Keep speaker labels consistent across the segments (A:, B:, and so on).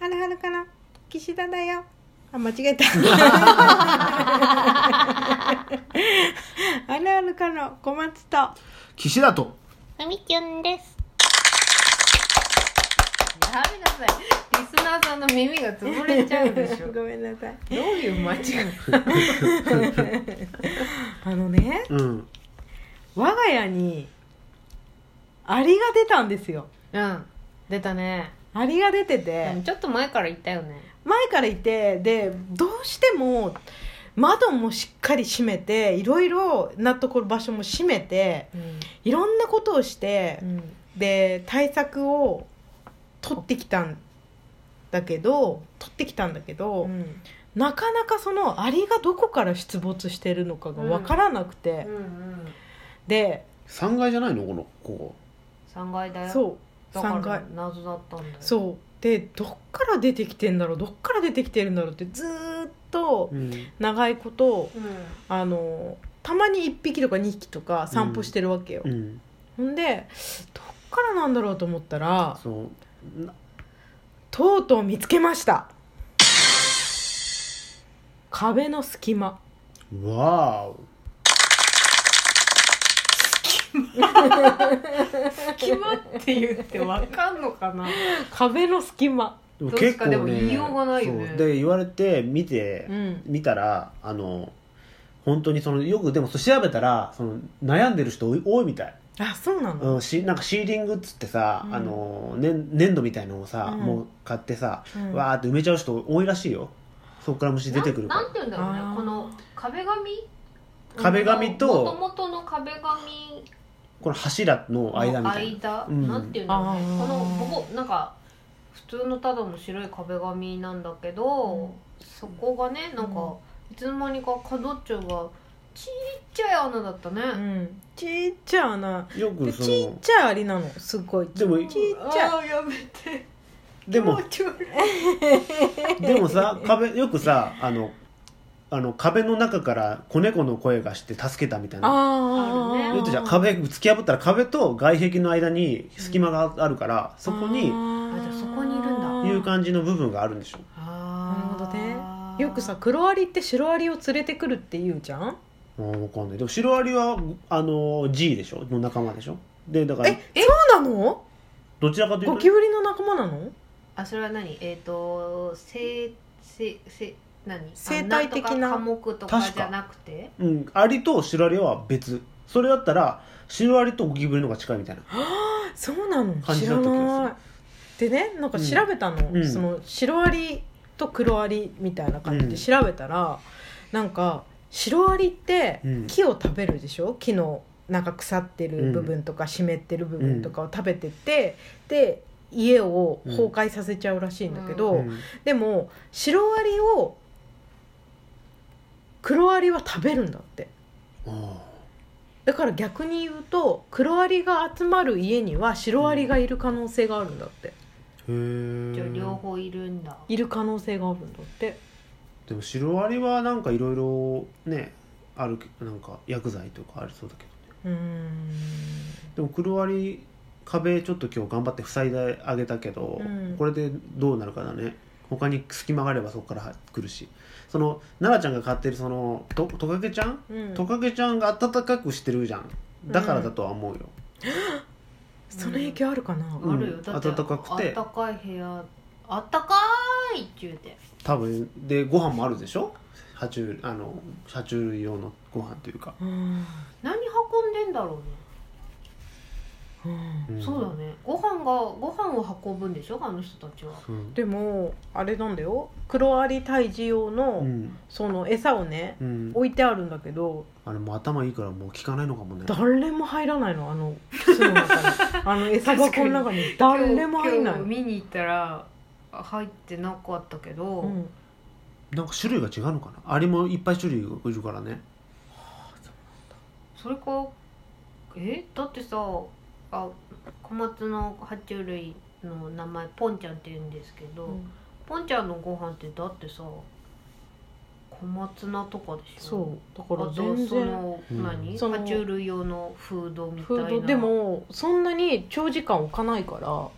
A: はるはるから岸田だよあ間違えたあるあるから小松と
B: 岸田と
C: ふみきゅんです
D: やめなさいリスナーさんの耳が潰れちゃうでしょど
A: ごめんなさいう
D: いう間違い
A: あのね
B: うん
A: 我が家にアリが出たんですよ
D: うん出たね
A: アリが出てて、
D: ちょっと前から言ったよね
A: 前からいてでどうしても窓もしっかり閉めていろいろなところ場所も閉めて
D: うん
A: いろんなことをして、で対策を取ってきたんだけど取ってきたんだけど、
D: うんうん
A: なかなかそのアリがどこから出没してるのかが分からなくて、
D: うん
A: で
B: 3階じゃないのこのこ
D: 3階だよ
A: そう
D: だから
A: 3階
D: 謎だったんだよ
A: そうでどっから出てきてんだろうどっから出てきてるんだろうってずーっと
B: こ、うん、
A: 長いこと
D: うん
A: あのたまに1匹とか2匹とか散歩してるわけよ、
B: うん、
A: ほんでどっからなんだろうと思ったら
B: そうな
A: とうとう見つけました壁の隙間
B: わーお
D: 隙間って言ってわかんのかな
A: 壁の隙間
B: でも
D: どっちかでも言いようがないよね
B: そうで言われて見て、
A: うん
B: 見たらあの本当にそのよくでもそう調べたらその悩んでる人多い多いみたい、
A: あそうなの、
B: うん、しなんかシーリングっつってさ、
A: うん
B: あの粘粘土みたいのをさ、
A: うん
B: もう買ってさ、
A: うん
B: わーって埋めちゃう人多いらしいよそこから虫出てくるか
D: な
B: ら
D: んなんて言うんだろうね
A: あー
D: この壁紙
B: 壁紙
D: もと
B: と
D: もとの壁紙
B: この柱の間み
D: の
B: たいな
D: 間
B: うん
D: なんていうんだろうね
A: あー
D: このボコなんか普通のただの白い壁紙なんだけど、そこがねなん
A: う
D: かいつの間にか角っちょがちっちゃい穴だったね、
A: うんちっちゃい穴
B: よく
A: で
B: そ
A: ち
B: の
A: っちゃいアリなのすごい
B: でも
A: ちっちゃい
D: あーやめて
B: でも
D: 気持ち悪い
B: でもさ壁よくさあのあの壁の中から子猫の声がして助けたみたいな
A: あ
D: あ
A: あ
D: るね
B: 言うとじゃん壁突き破ったら壁と外壁の間に隙間があるからそこに
A: あ
D: あじゃあそこにいるんだ
B: いう感じの部分があるんでしょ
D: あ
A: なるほよくさ黒アリって白アリを連れてくるって言うじゃん
B: もう分かんないでもシロアリはあの G でしょの仲間でしょでだから
A: そうなの
B: どちらかというと
A: ゴキブリの仲間なの
D: あそれは何えっ、と生生生何
A: 生態的な
D: あんとか科目とかじゃなくて
B: うん、アリとシロアリは別それだったらシロアリとゴキブリの方が近いみたいな
A: そうなの
B: 感
A: 知
B: じ
A: ら
B: だった気がする
A: ないでねなんか調べたの、
B: うん
A: そのシロアリと黒アリみたいな感じで調べたら、なんかシロアリって
B: うん
A: 木を食べるでしょ木のなんか腐ってる部分とか湿ってる部分とかを食べてて、で家を崩壊させちゃうらしいんだけど、
B: うん
A: でもシロアリを黒アリは食べるんだって
B: あ
A: だから逆に言うと黒アリが集まる家にはシロアリがいる可能性があるんだって、
B: ーへ
D: じゃあ
B: え
D: 両方いるんだ
A: いる可能性があるんだって
B: でもシロアリはなんかいろいろねあるなんか薬剤とかありそうだけどね
A: うーん
B: でも黒アリ壁ちょっと今日頑張って塞いであげたけど、
A: うん
B: これでどうなるかだね他に隙間があればそこから来るしその奈々ちゃんが飼ってるそのトトカゲちゃん、
A: うん
B: トカゲちゃんが暖かくしてるじゃんだからだとは思うよ、
A: その影響あるかな、
B: うん
D: あるよだって
B: 暖かくて
D: 暖かい部屋暖かいって言うて
B: 多分でご飯もあるでしょ爬虫あの爬虫類用のご飯というか、
A: うーん
D: 何運んでんだろうね、
A: うーん
B: ん
D: そうだねご飯がご飯を運ぶんでしょあの人たちは
B: うん
A: でもあれなんだよ黒アリ退治用の、
B: うん、
A: その餌をね
B: うん、
A: 置いてあるんだけど
B: あれもう頭いいからもう効かないのかもね
A: 誰も入らないのあの巣の中にあの餌箱の中に誰も入らない
D: 今日今日見に行ったら入ってなかったけど、
A: うん
B: なんか種類が違うのかなアリもいっぱい種類がいるからね
D: それかえだってさあ小松の爬虫類の名前ポンちゃんって言うんですけど、
A: うん
D: ポンちゃんのご飯ってだってさ小松菜とかでしょ
A: そうだから
D: あと
A: 全
D: そ
A: 然
D: の
B: うん
D: 何、
A: その
D: 爬虫類用のフードみたい
A: フ
D: な
A: ードでもそんなに長時間置かないから
D: 小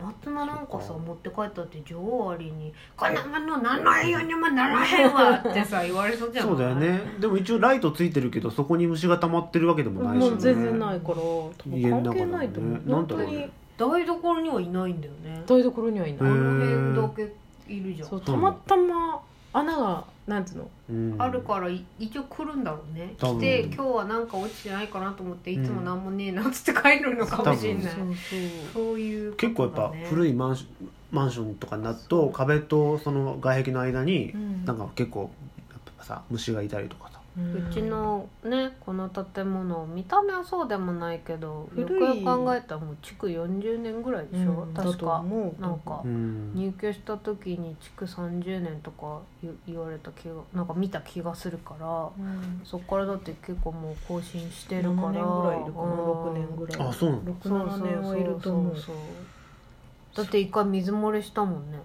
D: 松菜なんかさ持って帰ったって女王アリに「こんなものなんないようにもならへんわ」ってさ言われそうじゃない
B: そうだよねでも一応ライトついてるけどそこに虫が溜まってるわけでもないし、ね、
A: もう全然ないから多
B: 家の
A: 分関
B: 中で
A: 係
B: もね
A: ないと思う
B: な
A: 本
B: んだ
A: 当
B: ろうね
A: に
D: 台所にはいないんだよね
A: 台所にはい
D: あ
A: ない、
D: の辺だけいるじゃ
A: そうんたまたま穴がなんつうの
B: うん
D: あるからい一応来るんだろうね
B: 多分
D: 来て今日はなんか落ちてないかなと思っていつもなんもねえなっつって帰るのかもしれ
A: そう
D: ない
A: そう
D: そういうことだね、
B: 結構やっぱ古
D: い
B: いマンションマンションとかになると壁とその外壁の間に
A: うん
B: なんか結構やっぱさ虫がいたりとかさ
A: うん
D: うちのねこの建物見た目はそうでもないけどよく
A: 古い
D: よく考えたらもう築40年ぐらいでしょ、
A: うんだ
D: 確
A: と
D: か
A: 思う
D: なんか
B: うん
D: 入居した時に築30年とか言言われた気がなんか見た気がするから
A: うん
D: そっからだって結構もう更新してるから
A: 7年ぐらいいるかな6年ぐらい
B: あそうなんだ
A: 六七年はいると思う
D: そうそうそうそうだって一回水漏れしたもんね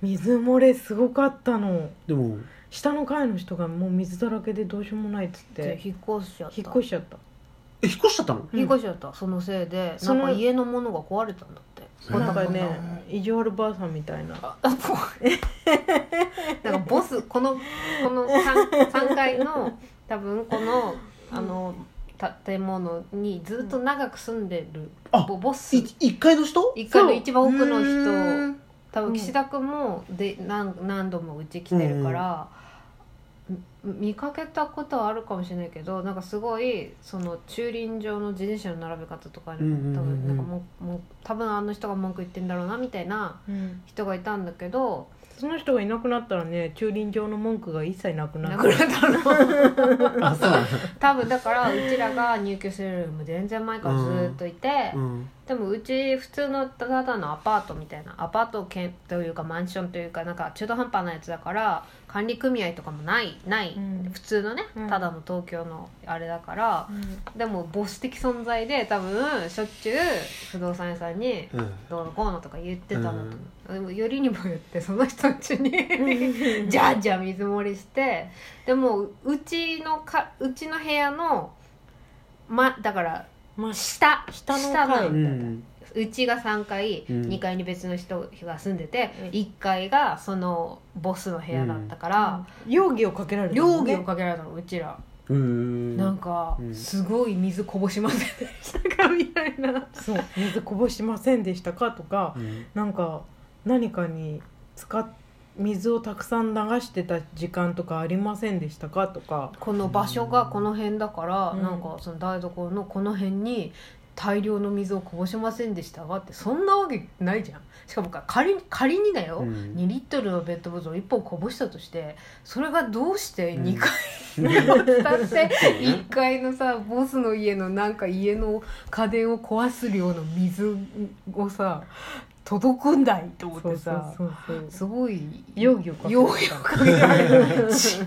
A: 水漏れすごかったの
B: でも
A: 下の階の人がもう水だらけでどうしようもないっつっ
D: で
A: て
D: 引っ越しちゃった
A: 引っ越しちゃった
B: え引っ越しちゃったの
A: うん
D: 引っ越しちゃったそのせいで
A: そ
D: なん
A: の
D: か家のものが壊れたんだって
B: え
A: なんか
D: バタバ
A: ね意地悪ばあさんみたいな
D: タあそう なんかボスこのこの 3, 三階の多分このあの建物にずっと長く住んでる
B: あ
D: ボボス
B: い一階の人
D: 一階の一番奥の
A: う
D: 人
A: ーん
D: 多
A: う
D: 分
A: ん
D: 岸田君もで何何度もうち来てるから、み見かけたことはあるかもしれないけどなんかすごいその駐輪場の自転車の並べ方とかに
B: うんうんうんうん
D: 多分なんかもうもう多分あの人が文句言ってんだろうなみたいな
A: うん
D: 人がいたんだけど
A: その人がいなくなったらね駐輪場の文句が一切なくな
D: な
A: っ
D: く
A: た
D: なったの
B: あそうなんだ
D: 多分だからうちらが入居するよりも全然前からずっといて、
B: うん
D: でもうち普通のただのアパートみたいなアパート兼というかマンションというかなんか中途半端なやつだから管理組合とかもないない、
A: うん
D: 普通のね
A: うん
D: ただの東京のあれだから、でもボス的存在で多分しょっちゅう不動産屋さんに
B: うん
D: どうのこうのとか言ってたのと、でもよりにもよってその人んちにじ
A: ゃ
D: ゃあじゃあ水漏れしてでもううちのかうちの部屋のまだから
A: まあ
D: 下
A: 下の
D: な
A: 階
B: う
D: の
B: ん
D: うちが3階、
B: うん
D: 2階に別の人が住んでて、
A: うん
D: 1階がそのボスの部屋だったから、
A: 容疑をかけられた
D: 料
A: もん
D: 理
A: ね
D: をかけられたのうちら、
B: うーん
D: なんか、
B: うん
D: すごい水こぼしませんでしたかみたいな
A: そう水こぼしませんでしたかとか
B: うん
A: なんか何かに使っ水をたくさん流してた時間とかありませんでしたかとか
D: この場所がこの辺だから、
A: うん
D: なんかその台所のこの辺に大量の水をこぼしませんでしたがってそんなわけないじゃんしかもか仮に仮にだよ、
B: うん
D: 2リットルのペットボトル1本こぼしたとしてそれがどうして2階だって1階のさボスの家のなんか家の家電を壊す量の水をさ届くんだいと思ってさ
A: そうそうそうそう
D: すごい
A: 容疑をかけ
D: 容
A: ら
D: 疑
A: れた
D: をかけられる し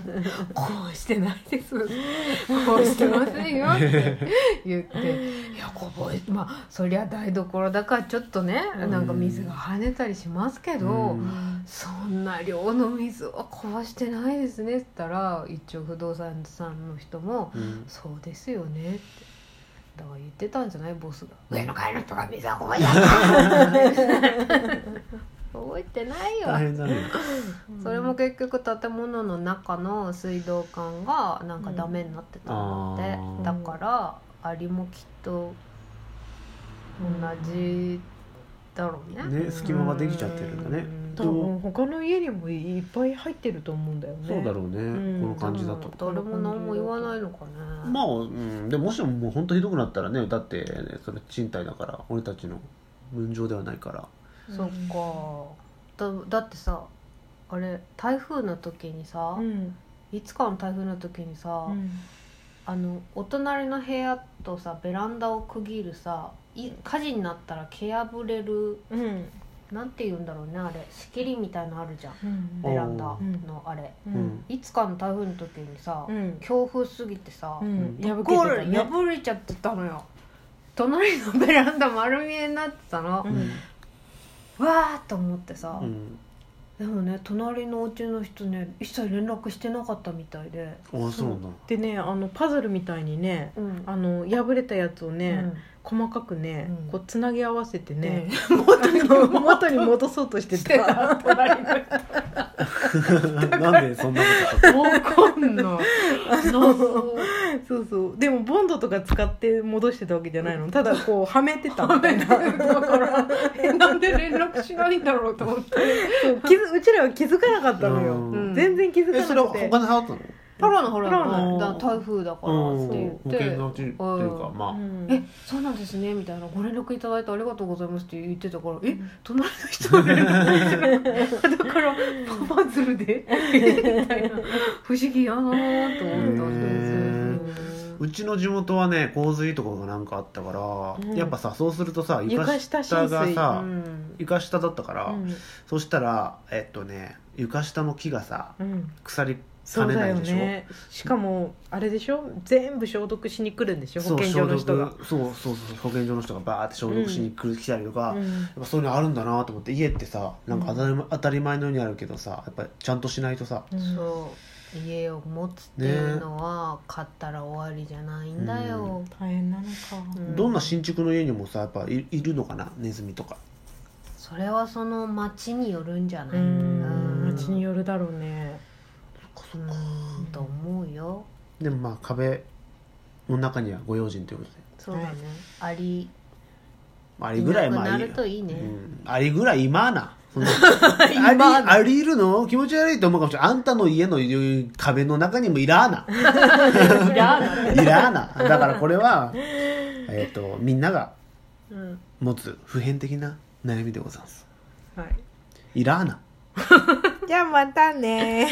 D: こうしてないですこうしてませんよ って言っていやこぼれまあそりゃ台所だからちょっとねなんか水が跳ねたりしますけど。
B: うん
D: そんな量の水は壊してないですねって言ったら一応不動産屋さんの人も
B: うん
D: 「そうですよね」ってだから言ってたんじゃないボスが「上の階の人が水はこぼしちゃった」覚えてない
B: 大
D: よ
B: 変だね
D: それも結局建物の中の水道管がなんかダメになってたんだって、
B: うん
D: だからアリもきっと同じだろうね
B: ね隙間ができちゃってるんだね
D: うん
A: 多分他の家にもいっぱい入ってると思うんだよね
B: そうだろう
A: うん
B: ねこの感じだと
D: 誰も何も言わないのかね
B: まあ、うん、でももしももう本当ひどくなったらねだって、ね、それ賃貸だから俺たちの分譲ではないから
D: そっかだだってさあれ台風の時にさ、
A: うん
D: いつかの台風の時にさ、
A: うん
D: あのお隣の部屋とさベランダを区切るさい火事になったら蹴破れる
A: うん
D: なんて言うんだろうねあれ仕切りみたいのあるじゃん
A: うん
D: ベランダのあれ、
A: う
B: うんん
D: いつかの台風の時にさ、
A: うん
D: 強風すぎてさ、
A: うん破け
D: ゴー
A: てた
D: ル
A: ね
D: 破れちゃってたのよ隣のベランダ丸見えになってたの、
A: うん
D: わーと思ってさ、
B: うん
D: でもね隣のお家の人ね一切連絡してなかったみたいで、
B: あそうなんだ
A: でねあのパズルみたいにね
D: うん
A: あの破れたやつを
D: う
A: ね、
D: ん
A: 細かくね、
D: うん
A: こうつなぎ合わせてね、
D: 元に
A: あの
D: 戻
A: 元に戻そうとして
D: して
A: た
D: た隣の人
B: なんでそんなことだっ
D: わかんない謎
A: そうそうでもボンドとか使って戻してたわけじゃないのただこうはめてたみたいな
D: だからえなんで連絡しないんだろうと思って
A: そう気づうちらは気づかなかったのよ、
B: うん
A: 全然気づか
B: た
A: な
B: え
A: くて
B: それは他に払ったの
D: パラのほら
A: パラ
B: の
D: だ台風だから
B: う
D: っ
B: ん
D: て言
B: 保
D: って、
B: 険のうちっていうか
D: うん
B: まあ、
A: うん
D: えそうなんですねみたいなご連絡いただいてありがとうございますって言ってたからえ隣の人は連絡してなかっただからパパズルでえみたいな不思議やなーと思った
B: へ
D: ん
B: ー
D: です
B: うちの地元はね洪水とかがなんかあったから、
A: うん
B: やっぱさそうするとさ
A: 床
B: 床
A: 下浸
B: 下
A: 水
B: が
A: う
D: う
B: さ
D: ん
B: 床下だったから、
A: うん
B: そしたらえっとね床下の木がさ
A: うん
B: 腐り
A: そ
B: か
A: う
B: ね
A: だ
B: な
A: よ
B: いでしょ
A: ねしかもあれでしょ全部消毒しに来るんでしょ
B: そ
A: 保
B: う
A: 健所の人が
B: 消毒そうそうそう保健所の人がバーって消毒しに来,、来たりとか、
A: う
B: やっ
A: ん
B: ぱそういうのあるんだなと思って家ってさなんか当たり,、当たり前のようにあるけどさやっぱちゃんとしないとさ、
A: うん
D: そう家を持つっていうのは、買ったら終わりじゃないんだよ、
A: 大変なのか
D: うん
B: どんな新築の家にもさやっぱいいるのかなネズミとか
D: それはその町によるんじゃな
A: う
D: い
A: ん
D: う
A: 街によるだろうね
D: うんと思うよ
B: でもまあ壁の中にはご用心ということで
D: そうだね、あり
B: ありぐらいまあ
D: なく
B: いい
D: なるといいね
B: うん、ありぐらい今 なそんなありありいるの気持ち悪いと思うかもしれないあんたの家の壁の中にもいらー な
D: いらない
B: らーなだからこれ はえっ、とみんなが
A: うん
B: 持つ普遍的な悩みでございます
A: はい
B: いらーな
A: じゃあまたね